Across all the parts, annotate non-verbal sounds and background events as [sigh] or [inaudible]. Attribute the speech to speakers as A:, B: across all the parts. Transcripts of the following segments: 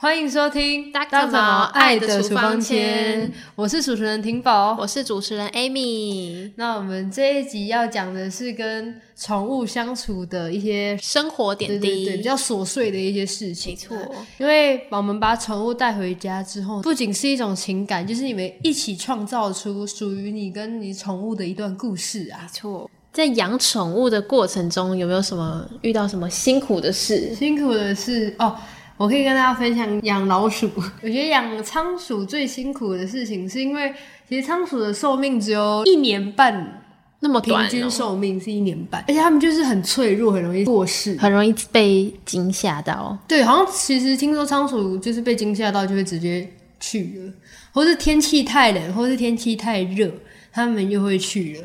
A: 欢迎收听《大
B: 大
A: 毛
B: 脑
A: 爱
B: 爱
A: 的
B: 的
A: 处
B: 处
A: 方
B: 方
A: 签
B: 签》，
A: 我是主持人婷宝。
B: 我是主持人 Amy，
A: 那我们这一集要讲的是跟宠物相处的一些
B: 生活
A: 对
B: 点
A: 对
B: 滴，
A: 对比较琐碎的一些事情。
B: 没错，
A: 因为我们把宠物带回家之后，不仅是一种情感，就是你们一起创造出属于你跟你宠物的一段故事啊
B: 没。错。在养宠物的过程中，有没有什么遇到什么辛苦的事？
A: 辛苦的是哦，我可以跟大家分享养老鼠。 [laughs] 我觉得养仓鼠最辛苦的事情，是因为其实仓鼠的寿命只有一年半，
B: 那么短、
A: 平
B: 哦，
A: 均寿命是一年半，而且它们就是很脆弱，很容易过世。
B: 很容易被惊吓到。
A: 对，好像其实听说仓鼠就是被惊吓到就会直接去了，或是天气太冷，或是天气太热，它们就会去了。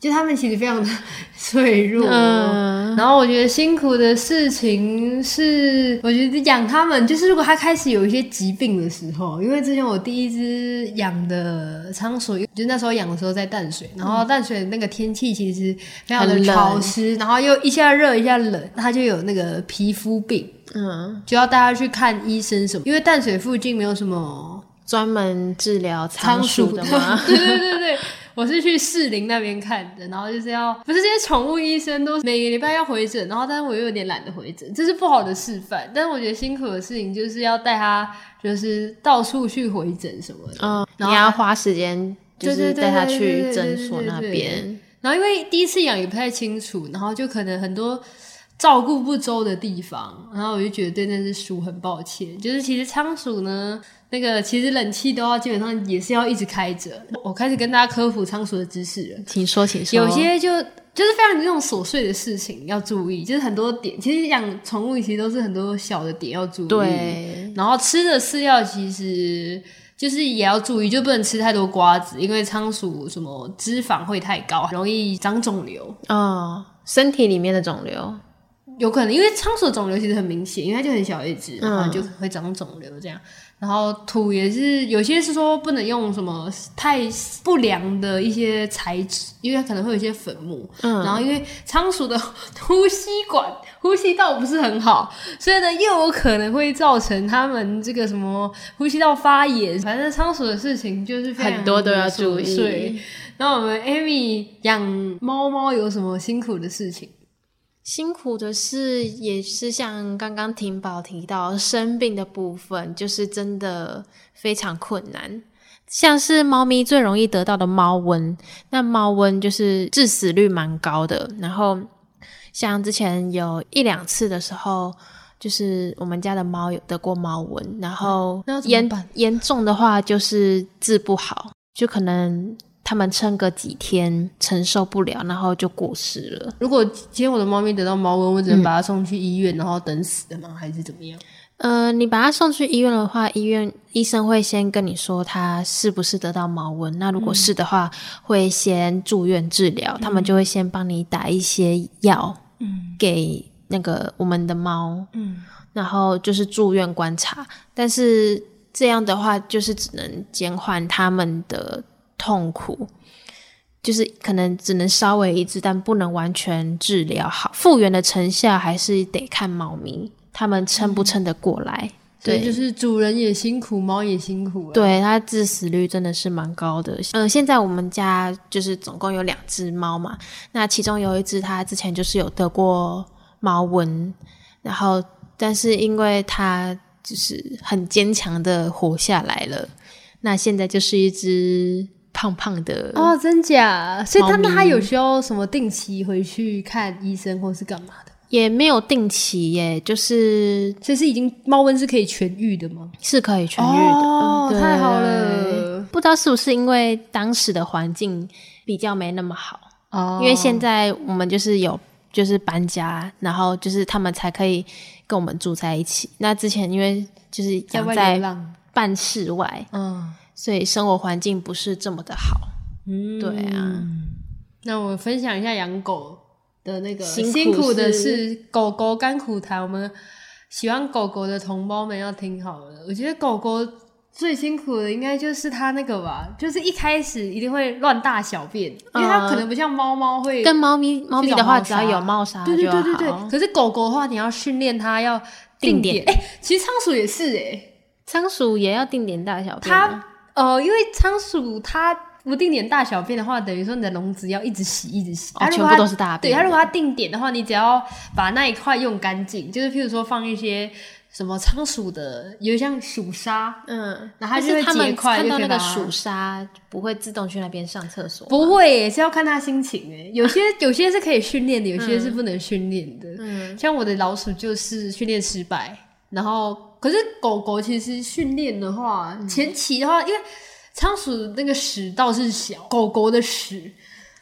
A: 就它们其实非常的 [laughs] 脆弱。
B: 嗯
A: 然后我觉得辛苦的事情是，我觉得养它们，就是如果它开始有一些疾病的时候，因为之前我第一只养的仓鼠，就是那时候养的时候在淡水，然后淡水那个天气其实非常的
B: 很冷
A: 潮湿，然后又一下热一下冷，它就有那个皮肤病，
B: 嗯，
A: 就要带它去看医生什么，因为淡水附近没有什么
B: 专门治疗
A: 仓
B: 仓
A: 鼠？
B: 鼠的吗
A: [laughs] 对对对对，我是去士林那边看的，然后就是要，不是这些宠物医生都每个礼拜要回诊，然后但是我又有点懒得回诊，这是不好的示范。但是我觉得辛苦的事情就是要带它，就是到处去回诊什么的。
B: 嗯，
A: 然
B: 你
A: 后
B: 要花时间，就
A: 对对
B: 是
A: 对
B: 带它
A: 对对
B: 去
A: 对
B: 诊
A: 对
B: 所
A: 对
B: 那
A: 对
B: 边。
A: 然后因为第一次养也不太清楚，然后就可能很多照顾不周的地方，然后我就觉得对那只鼠很抱歉。就是其实仓鼠呢，那个其实冷气都要基本上也是要一直开着。我开始跟大家科普仓鼠的知识了。
B: 请说，请说。
A: 有些就就是非常那种琐碎的事情要注意，就是很多点。其实养宠物其实都是很多小的点要注意。，
B: 对，
A: 然后吃的饲料其实就是也要注意，就不能吃太多瓜子，因为仓鼠什么脂肪会太高，容易长肿瘤。
B: 哦，身体里面的肿瘤，
A: 有可能，因为仓鼠的肿瘤其实很明显，因为它就很小一只，
B: 嗯
A: 然后就会长肿瘤这样。然后土也是有些是说不能用什么太不良的一些材质，因为它可能会有一些粉末。
B: 嗯
A: 然后因为仓鼠的呼吸管、呼吸道不是很好，所以呢又有可能会造成它们这个什么呼吸道发炎。反正仓鼠的事情就是非常
B: 很多都要注
A: 琐碎
B: 意。。
A: 那我们 Amy 养猫猫有什么辛苦的事情？
B: 辛苦的是，也是像刚刚婷宝提到生病的部分，就是真的非常困难。像是猫咪最容易得到的猫瘟，那猫瘟就是致死率蛮高的。然后像之前有一两次的时候，就是我们家的猫有得过猫瘟，然后
A: 嗯那要怎么
B: 严
A: 办
B: 严重的话就是治不好，就可能它们撑个几天承受不了，然后就过世了。
A: 如果今天我的猫咪得到猫瘟，我只能把它送去医院，然后等死的吗？还是怎么样？
B: 呃，你把它送去医院的话，医院医生会先跟你说它是不是得到毛瘟。那如果是的话，会先住院治疗，他们就会先帮你打一些药，嗯，给那个我们的猫，
A: 嗯，
B: 然后就是住院观察。但是这样的话，就是只能减缓他们的痛苦。就是可能只能稍微抑制，但不能完全治疗好。复原的成效还是得看猫咪它们撑不撑得过来。
A: 所以
B: 嗯对，
A: 就是主人也辛苦，猫也辛苦了。，
B: 对它致死率真的是蛮高的。嗯、现在我们家就是总共有两只猫嘛，那其中有一只它之前就是有得过猫瘟，然后但是因为它就是很坚强的活下来了，那现在就是一只胖胖的
A: 哦，真假？所以它
B: 猫咪
A: 那它有需要什么定期回去看医生或是干嘛的？
B: 也没有定期耶，就是
A: 所以是已经猫瘟是可以痊愈的吗？
B: 是可以痊愈的。
A: 哦
B: 嗯
A: 太好。
B: 对
A: 了
B: 不知道是不是因为当时的环境比较没那么好，
A: 哦
B: 因为现在我们就是有就是搬家，然后就是他们才可以跟我们住在一起。那之前因为就是
A: 在
B: 养
A: 外
B: 在
A: 流浪，
B: 半室外，
A: 嗯
B: 所以生活环境不是这么的好。
A: 嗯
B: 对啊。
A: 那我分享一下养狗的那个
B: 辛苦
A: 苦的
B: 事
A: 是狗狗甘苦谈，我们喜欢狗狗的同胞们要听好了。我觉得狗狗最辛苦的应该就是它那个吧，就是一开始一定会乱大小便，因为它可能不像猫猫会
B: 跟猫咪猫咪的话，只要有猫砂
A: 对对
B: 就好
A: 对对对，可是狗狗的话，你要训练它要定
B: 定点
A: 哎、其实仓鼠也是哎、
B: 仓鼠也要定点大小便
A: 它
B: 吗，
A: 呃，因为仓鼠它不定点大小便的话，等于说你的笼子要一直洗，一直洗，
B: 哦
A: 它如果
B: 全部
A: 它
B: 都是大便
A: 对，它如果它定点的话，你只要把那一块用干净，就是譬如说放一些什么仓鼠的，有像鼠砂，
B: 嗯，
A: 然后它
B: 但
A: 就会
B: 是他
A: 结
B: 们
A: 块
B: 看
A: 就
B: 到
A: 可以
B: 那个
A: 把它
B: 鼠砂不会自动去那边上厕所，
A: 不会耶，是要看它心情诶。有
B: [laughs]
A: 些有些是可以训练的，有些是不能训练的。
B: 嗯
A: 像我的老鼠就是训练失败，然后可是狗狗其实训练的话，
B: 嗯
A: 前期的话，因为仓鼠那个屎倒是小，狗狗的屎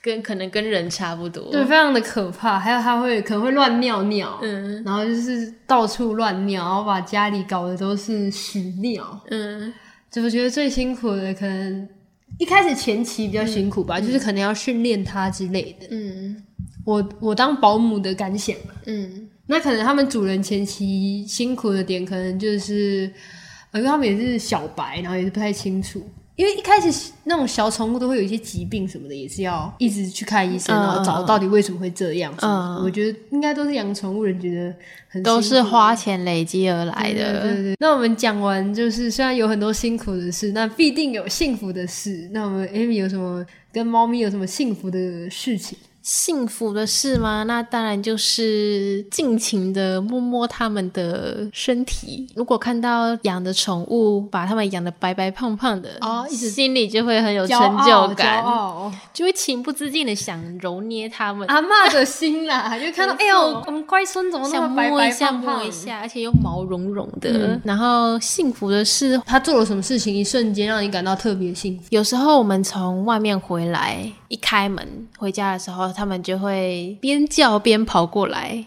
B: 跟可能跟人差不多。
A: 对，非常的可怕。还有它会可能会乱尿尿，
B: 嗯
A: 然后就是到处乱尿，然后把家里搞得都是屎尿。
B: 嗯，
A: 就我觉得最辛苦的可能。一开始前期比较辛苦吧，就是可能要训练它之类的。
B: 嗯
A: 我我当保姆的感想啊，
B: 嗯
A: 那可能他们主人前期辛苦的点，可能就是，呃因为他们也是小白，然后也是不太清楚。因为一开始那种小宠物都会有一些疾病什么的，也是要一直去看医生，
B: 嗯
A: 然后找到底为什么会这样什么的。
B: 嗯
A: 我觉得应该都是养宠物人觉得很辛苦
B: 都是花钱累积而来
A: 对对
B: 的。
A: 对。那我们讲完，就是虽然有很多辛苦的事，那必定有幸福的事。那我们 Amy 有什么跟猫咪有什么幸福的事情？
B: 幸福的事吗？那当然就是尽情的摸摸它们的身体。如果看到养的宠物把它们养的白白胖胖的，
A: 哦一直
B: 心里就会很有成
A: 骄傲
B: 就
A: 骄，
B: 感
A: 傲啊
B: 就会情不自禁的想揉捏它们。
A: [laughs] 阿嬷的心啦，就看到
B: 没错
A: 哎呦，我们乖孙怎么那
B: 想
A: 么白
B: 摸
A: 白
B: 一下，
A: 胖
B: 摸
A: 胖
B: 一？下，而且又毛茸茸的。
A: 嗯
B: 然后幸福的是，
A: 他做了什么事情，一瞬间让你感到特别幸福？
B: 有时候我们从外面回来，一开门回家的时候，它们就会边叫边跑过来，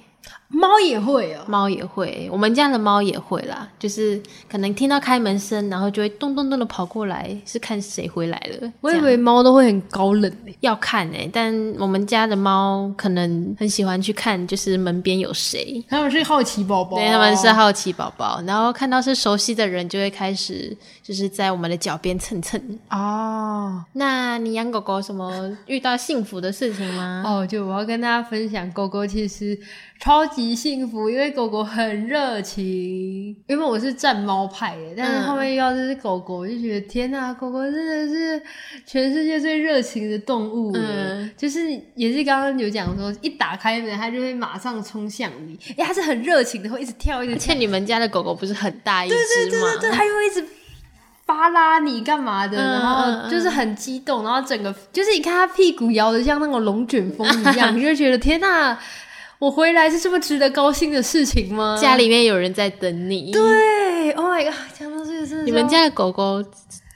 A: 猫也会哦，
B: 猫也会，我们家的猫也会啦，就是可能听到开门声，然后就会咚咚咚的跑过来，是看谁回来了。
A: 我以
B: 这样
A: 为猫都会很高冷欸诶。
B: 要看哎、但我们家的猫可能很喜欢去看，就是门边有谁。
A: 他们是好奇宝宝，
B: 对，他们是好奇宝宝，然后看到是熟悉的人，就会开始就是在我们的脚边蹭蹭。
A: 啊。
B: 那你养狗狗有什么遇到幸福的事情吗？
A: 哦，就我要跟大家分享，狗狗其实超级幸福，因为狗狗很热情。原本我是战猫派的，但是
B: 嗯
A: 后面遇到这只狗狗，我就觉得天呐，狗狗真的是全世界最热情的动物了。
B: 嗯
A: 就是也是刚刚有讲说，一打开门它就会马上冲向你，哎、它是很热情的，会一直跳，一直
B: 而
A: 跳。
B: 且你们家的狗狗不是很大一只吗？
A: 对对对对，他就会一直扒拉你干嘛的，
B: 嗯
A: 然后呃就是很激动，然后整个就是你看他屁股摇的像那种龙卷风一样，你就会觉得天呐，我回来是这么值得高兴的事情吗？
B: 家里面有人在等你。对。
A: 对，Oh my god，讲到这个真的是
B: 你们
A: 要
B: 家的狗狗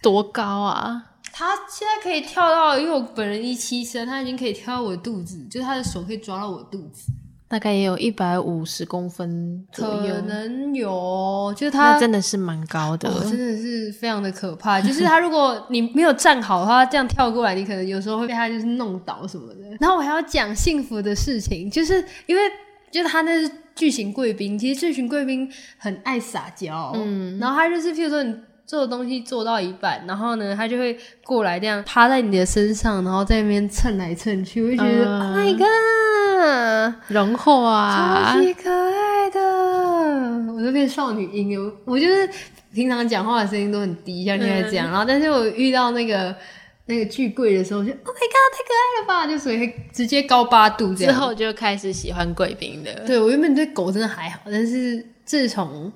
B: 多高啊？
A: 它现在可以跳到，因为我本人一七三，它已经可以跳到我的肚子，就是它的手可以抓到我的肚子，
B: 大概也有一百五十公分左
A: 可
B: 右，
A: 能有，就是它
B: 那真的是蛮高的。
A: 哦，真的是非常的可怕。就是他，如
B: [laughs]
A: 果你没有站好的话，这样跳过来，你可能有时候会被他就是弄倒什么的。然后我还要讲幸福的事情，就是因为就是他那是巨型贵宾，其实巨型贵宾很爱撒娇，嗯，然后他就是譬如说你。做的东西做到一半，然后呢，他就会过来这样趴在你的身上，然后在那边蹭来蹭去，我就觉得、
B: 嗯
A: o h my god！
B: 荣获啊
A: 超！级可爱的，我都变少女音了。我我就是平常讲话的声音都很低，像现在
B: 嗯
A: 这样，然后但是我遇到那个那个巨贵的时候，我就 Oh my God，太可爱了吧！就所以会直接高八度这
B: 之
A: 样。
B: 后就开始喜欢贵宾的。
A: 对我原本对狗真的还好，但是自从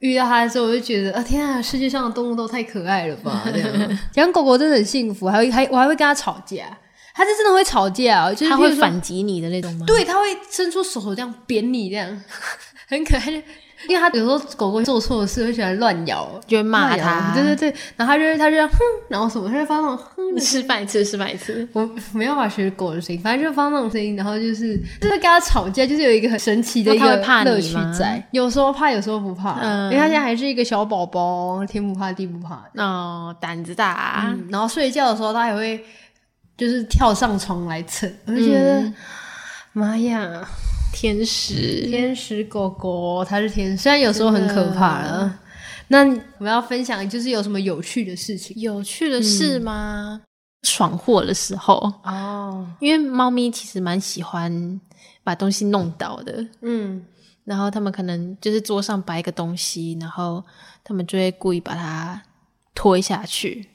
A: 遇到它的时候，我就觉得啊天啊，世界上的动物都太可爱了吧！这
B: [laughs]
A: 样养狗狗真的很幸福，还会还我还会跟它吵架，它是真的会吵架哦，就是
B: 它
A: 譬
B: 会
A: 如说
B: 嗯反击你的那种吗？，
A: 对，他会伸出手手这样扁你，这样 [laughs] 很可爱。因为他有时候狗狗做错事会喜欢乱咬，
B: 就会骂
A: 乱咬
B: 它
A: 对对对，然后它就会它就这样哼，然后什么，它就发那种哼
B: 你
A: 的。
B: 示范一次，示范一次。
A: 我没有办法学狗的声音，反正就发那种声音，然后就是就是跟它吵架，就是有一个很神奇的一
B: 那它
A: 个
B: 会怕你
A: 乐趣
B: 吗
A: 在。有时候怕，有时候不怕，
B: 嗯
A: 因为它现在还是一个小宝宝，天不怕地不怕。
B: 哦，胆子大、啊
A: 嗯，然后睡觉的时候，它也会就是跳上床来蹭，我就觉得、
B: 嗯
A: 妈呀，
B: 天使。
A: 天使狗狗，它是天使，虽然有时候很可怕了。那我们要分享就是有什么有趣的事情
B: 有趣的事吗？闯祸嗯的时候，
A: 哦，
B: 因为猫咪其实蛮喜欢把东西弄倒的，
A: 嗯，
B: 然后它们可能就是桌上摆一个东西，然后它们就会故意把它推下去，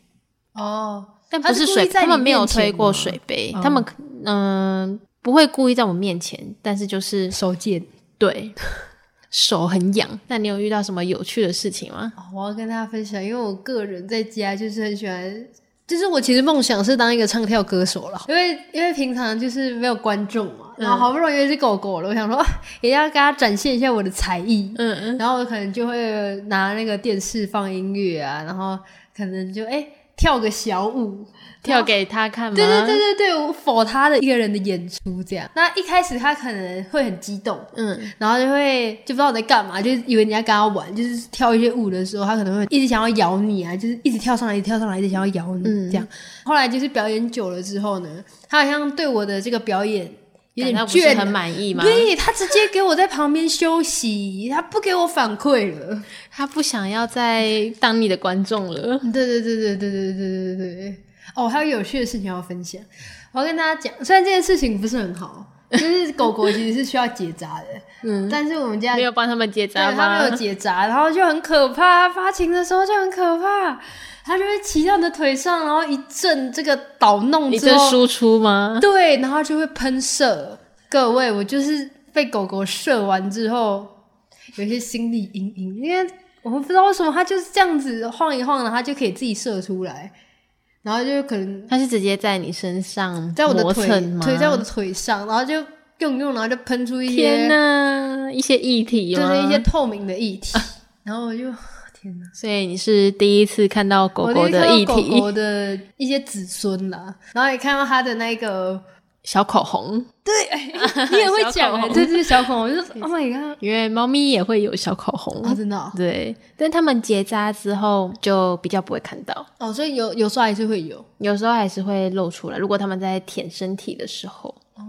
A: 哦，
B: 但
A: 它
B: 不
A: 是故意
B: 水，
A: 在
B: 它
A: 你
B: 们没有
A: 面前
B: 推过
A: 吗
B: 水杯，
A: 哦
B: 它们嗯、不会故意在我面前，但是就是
A: 手贱。
B: 对 [laughs] 手很痒。那你有遇到什么有趣的事情吗？
A: 哦我要跟大家分享，因为我个人在家就是很喜欢，就是我其实梦想是当一个唱跳歌手嗯了，因为因为平常就是没有观众嘛，然后好不容易有一只狗狗了，我想说 [laughs] 也要给它展现一下我的才艺，
B: 嗯
A: 然后我可能就会拿那个电视放音乐啊，然后可能就哎、跳个小舞，
B: 跳给他看吗？
A: 对对对，对对，我否他的一个人的演出这样。那一开始他可能会很激动，
B: 嗯
A: 然后就会就不知道你在干嘛，就是以为你在跟他玩，就是跳一些舞的时候，他可能会一直想要咬你啊，就是一直跳上来，一直跳上来，一直想要咬你、
B: 嗯
A: 这样。后来就是表演久了之后呢，他好像对我的这个表演有点
B: 感到不是
A: 倦
B: 很
A: 了。
B: 满意吗？
A: 对他直接给我在旁边休息，他不给我反馈了。
B: 他不想要再当你的观众
A: [laughs]
B: 了。
A: 对对对对对对对对对对。哦，还有有趣的事情要分享，我要跟大家讲，虽然这件事情不是很
B: [laughs]
A: 好，就是狗狗其实是需要结扎的，
B: 嗯，
A: 但是我们家
B: 没有帮他们结扎
A: 对，它
B: 吗？
A: 没有结扎，然后就很可怕。发情的时候就很可怕，它就会骑到你的腿上，然后一阵这个捣弄
B: 你
A: 之
B: 这
A: 后，
B: 输出吗？
A: 对，然后就会喷射。各位，我就是被狗狗射完之后，有一些心理阴影，因为我们不知道为什么它就是这样子晃一晃，然后它就可以自己射出来，然后就可能
B: 他是直接在你身上
A: 在我的
B: 磨
A: 腿
B: 蹭吗？
A: 腿在我的腿上，然后就用用，然后就喷出一些
B: 天呐，一些议题啊
A: 就
B: 吗
A: 是一些透明的液
B: 啊
A: 体，然后我就天哪！
B: 所以你是第一次看到狗
A: 我
B: 狗
A: 第一次看
B: 的
A: 到
B: 议题，
A: 狗狗的一些子孙啦，然后也看到它的那
B: [laughs]
A: 个，
B: 小口红，
A: 你也会讲
B: 小
A: 欸
B: 口红
A: 对对，小恐龙，我就
B: [laughs]
A: 说 Oh my god，
B: 因为猫咪也会有小口红，
A: 啊，真的哦
B: 对，但它们结扎之后就比较不会看到，
A: 哦，所以有有时候还是会有
B: 有时候还是会露出来。如果它们在舔身体的时候，
A: 哦，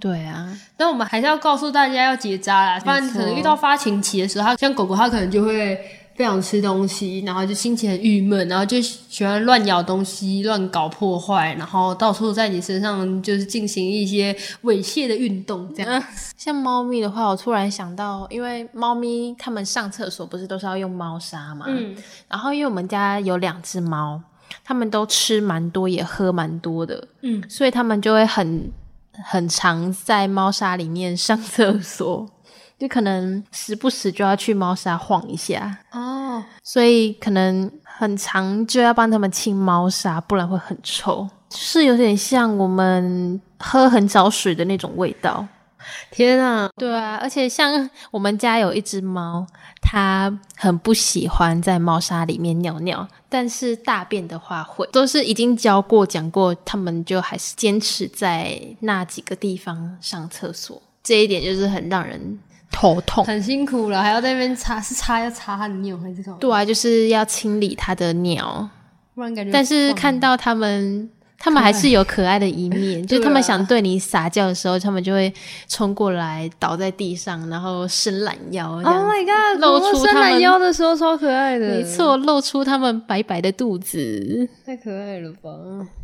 B: 对啊，
A: 但我们还是要告诉大家要结扎啦，不然可能遇到发情期的时候，它像狗狗，它可能就会不想吃东西，然后就心情很郁闷，然后就喜欢乱咬东西、乱搞破坏，然后到处在你身上就是进行一些猥亵的运动，这样，
B: 像猫咪的话，我突然想到，因为猫咪它们上厕所不是都是要用猫砂嘛，
A: 嗯，
B: 然后因为我们家有两只猫，它们都吃蛮多，也喝蛮多的，
A: 嗯，
B: 所以它们就会很很常在猫砂里面上厕所，就可能时不时就要去猫砂晃一下，
A: 哦，
B: 所以可能很常就要帮它们清猫砂，不然会很臭，就是有点像我们喝很少水的那种味道。
A: 天啊，
B: 对啊，而且像我们家有一只猫，它很不喜欢在猫砂里面尿尿，但是大便的话会，都是已经教过讲过，他们就还是坚持在那几个地方上厕所，这一点就是很让人头痛。
A: 很辛苦了，还要在那边擦，是擦要擦汗尿还是干嘛？
B: 对啊，就是要清理它的尿，
A: 不然感觉。
B: 但是看到他们，他们还是有可爱的一面，就是他们想对啊你撒娇的时候，他们就会冲过来倒在地上，然后伸懒腰这样
A: Oh my god！
B: 露
A: 狗狗
B: 出
A: 伸
B: 它
A: 懒
B: 们
A: 腰的时候超可爱的，
B: 没，错，露出他们白白的肚子。
A: 太可爱了吧！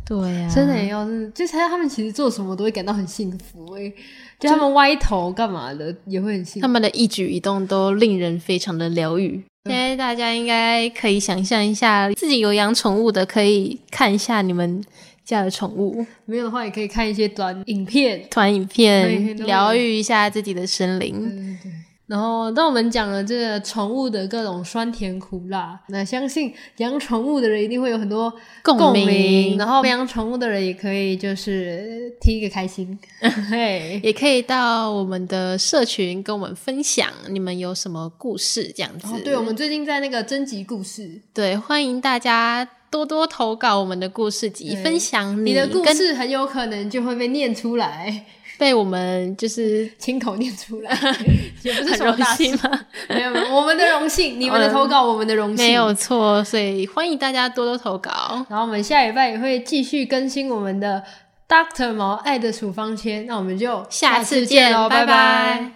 B: 对呀、
A: 伸懒腰真的，嗯就是他们其实做什么都会感到很幸福哎、就他们歪头干嘛的也会很幸
B: 他
A: 福。
B: 们的一举一动都令人非常的疗愈。现在大家应该可以想象一下，自己有养宠物的可以看一下你们家的宠物，
A: 没有的话也可以看一些短影片。
B: 短影
A: 短影
B: 片
A: 片都有
B: 疗愈一下自己的心灵。
A: 对对对，嗯然后，那我们讲了这个宠物的各种酸甜苦辣，那相信养宠物的人一定会有很多
B: 共
A: 鸣，
B: 鸣
A: 然后不养宠物的人也可以就是呃听一个开 [laughs] 心，嘿，
B: 也可以到我们的社群跟我们分享你们有什么故事这样子。
A: 然哦后对，我们最近在那个征集故事，
B: 对欢迎大家多多投稿我们的故事集，
A: 对
B: 分享
A: 你的故
B: 跟
A: 事很有可能就会被念出来，
B: 被我们就是
A: 亲口念出 [laughs] 来，也不是
B: 很
A: 什么
B: 荣
A: 大事
B: 幸，吗？
A: 没有，没有我们的荣幸，你们的投稿，我们的荣幸，
B: 没有错，所以欢迎大家多多投稿。
A: 然后我们下礼拜也会继续更新我们的 Doctor 毛爱的处方签，那我们就
B: 下次
A: 次
B: 见
A: 喽，
B: 拜
A: 拜
B: 拜